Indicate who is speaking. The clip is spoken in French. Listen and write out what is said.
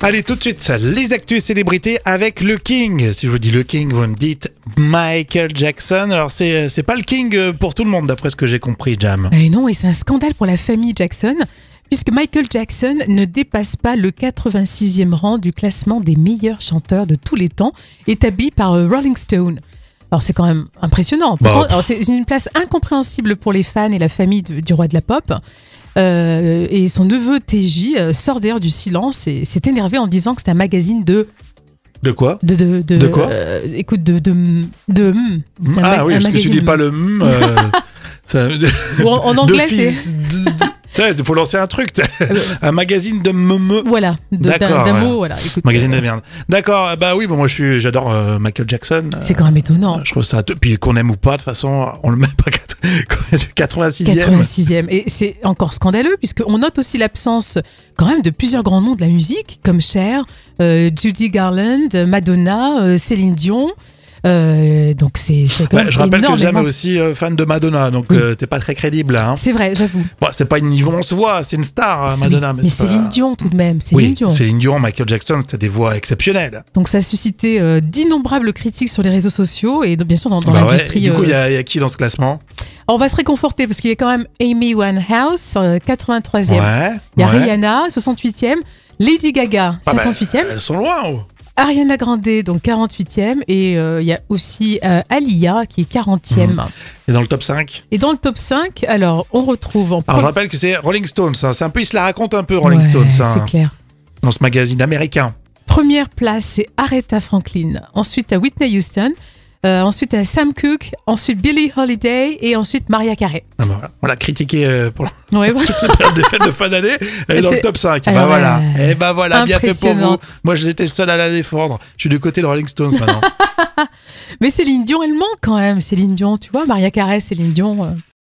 Speaker 1: Allez, tout de suite, les actus célébrités avec le King. Si je vous dis le King, vous me dites Michael Jackson. Alors, c'est, c'est pas le King euh, pour tout le monde, d'après ce que j'ai compris, Jam.
Speaker 2: Et Ben non, et c'est un scandale pour la famille Jackson, puisque Michael Jackson ne dépasse pas le 86e rang du classement des meilleurs chanteurs de tous les temps, établi par euh, Rolling Stone. Alors c'est quand même impressionnant.
Speaker 1: Bah,
Speaker 2: Pourtant, alors, c'est une place incompréhensible pour les fans et la famille de- du roi de la pop. Euh, et son neveu TJ euh, sort d'ailleurs du silence et s'est énervé en disant que c'est un magazine de
Speaker 1: De quoi
Speaker 2: de de,
Speaker 1: De quoi
Speaker 2: euh, écoute de de de, mm. C'est un
Speaker 1: Ah
Speaker 2: ma-
Speaker 1: oui,
Speaker 2: un
Speaker 1: parce que tu
Speaker 2: magazine
Speaker 1: dis
Speaker 2: mm.
Speaker 1: pas le mm, euh, ça-
Speaker 2: Ou en, en
Speaker 1: de
Speaker 2: anglais c'est
Speaker 1: fils de- de- Tiens, Il faut lancer un truc. t'as-
Speaker 2: Euh,
Speaker 1: un magazine de meme.
Speaker 2: voilà de- d'un
Speaker 1: D'accord,
Speaker 2: d'un
Speaker 1: ouais.
Speaker 2: mot voilà écoute
Speaker 1: Magazine de merde. D'accord, bah oui, bon, moi je suis- j'adore euh, Michael Jackson.
Speaker 2: c'est quand même étonnant
Speaker 1: Euh, Je trouve ça. Puis qu'on aime ou pas, de toute façon, on le met pas 86e.
Speaker 2: 86e et c'est encore scandaleux puisqu'on note aussi l'absence quand même de plusieurs grands noms de la musique comme Cher euh, Judy Garland Madonna euh, Céline Dion Euh, donc c'est c'est quand
Speaker 1: Ouais,
Speaker 2: même
Speaker 1: Bah, je rappelle que Jam est
Speaker 2: énormément
Speaker 1: aussi euh, fan de Madonna, donc
Speaker 2: Oui.
Speaker 1: euh, t'es pas très crédible là. hein.
Speaker 2: c'est vrai j'avoue
Speaker 1: Bon, c'est pas une niveau, on se voit, c'est une star, hein, Madonna.
Speaker 2: mais,
Speaker 1: c'est pas-
Speaker 2: Céline Dion tout de même Céline
Speaker 1: oui,
Speaker 2: Dion
Speaker 1: Céline Dion, Michael Jackson, c'était des voix exceptionnelles.
Speaker 2: Donc ça a suscité euh, d'innombrables critiques sur les réseaux sociaux et donc, bien sûr dans, dans
Speaker 1: Bah ouais,
Speaker 2: l'industrie.
Speaker 1: Du coup,
Speaker 2: euh,
Speaker 1: il y, a il y a qui dans ce classement
Speaker 2: Alors, On va se réconforter parce qu'il y a quand même Amy Winehouse, euh, 83e.
Speaker 1: Ouais.
Speaker 2: Il y a
Speaker 1: ouais.
Speaker 2: Rihanna, 68e. Lady Gaga,
Speaker 1: Ah bah,
Speaker 2: 58e.
Speaker 1: Elles sont loin. oh.
Speaker 2: Ariana Grande, donc 48e. Et euh, il y a aussi euh, Alia qui est 40e.
Speaker 1: Et dans le top 5
Speaker 2: Et dans le top 5, alors on retrouve en
Speaker 1: Alors, je
Speaker 2: pro-
Speaker 1: rappelle que c'est Rolling Stones. hein. C'est un peu, ils se la racontent un peu, Rolling
Speaker 2: Ouais,
Speaker 1: Stones, hein,
Speaker 2: C'est clair.
Speaker 1: dans ce magazine américain.
Speaker 2: Première place, c'est Aretha Franklin. Ensuite, à Whitney Houston. Euh, ensuite, à Sam Cooke. Ensuite, Billie Holiday. Et ensuite, Maria Carey.
Speaker 1: Ah bah voilà. On l'a critiqué euh, pour
Speaker 2: Ouais, voilà.
Speaker 1: la période des fêtes de fin d'année. Elle est dans le
Speaker 2: C'est-
Speaker 1: top 5. Et bah
Speaker 2: Alors,
Speaker 1: voilà.
Speaker 2: ouais.
Speaker 1: Et bah voilà, bien fait pour vous.
Speaker 2: Impressionnant.
Speaker 1: Moi, j'étais seul à la défendre. Je suis du côté de Rolling Stones maintenant.
Speaker 2: Mais Céline Dion, elle manque quand même. Céline Dion, tu vois, Maria Carey, Céline Dion. euh.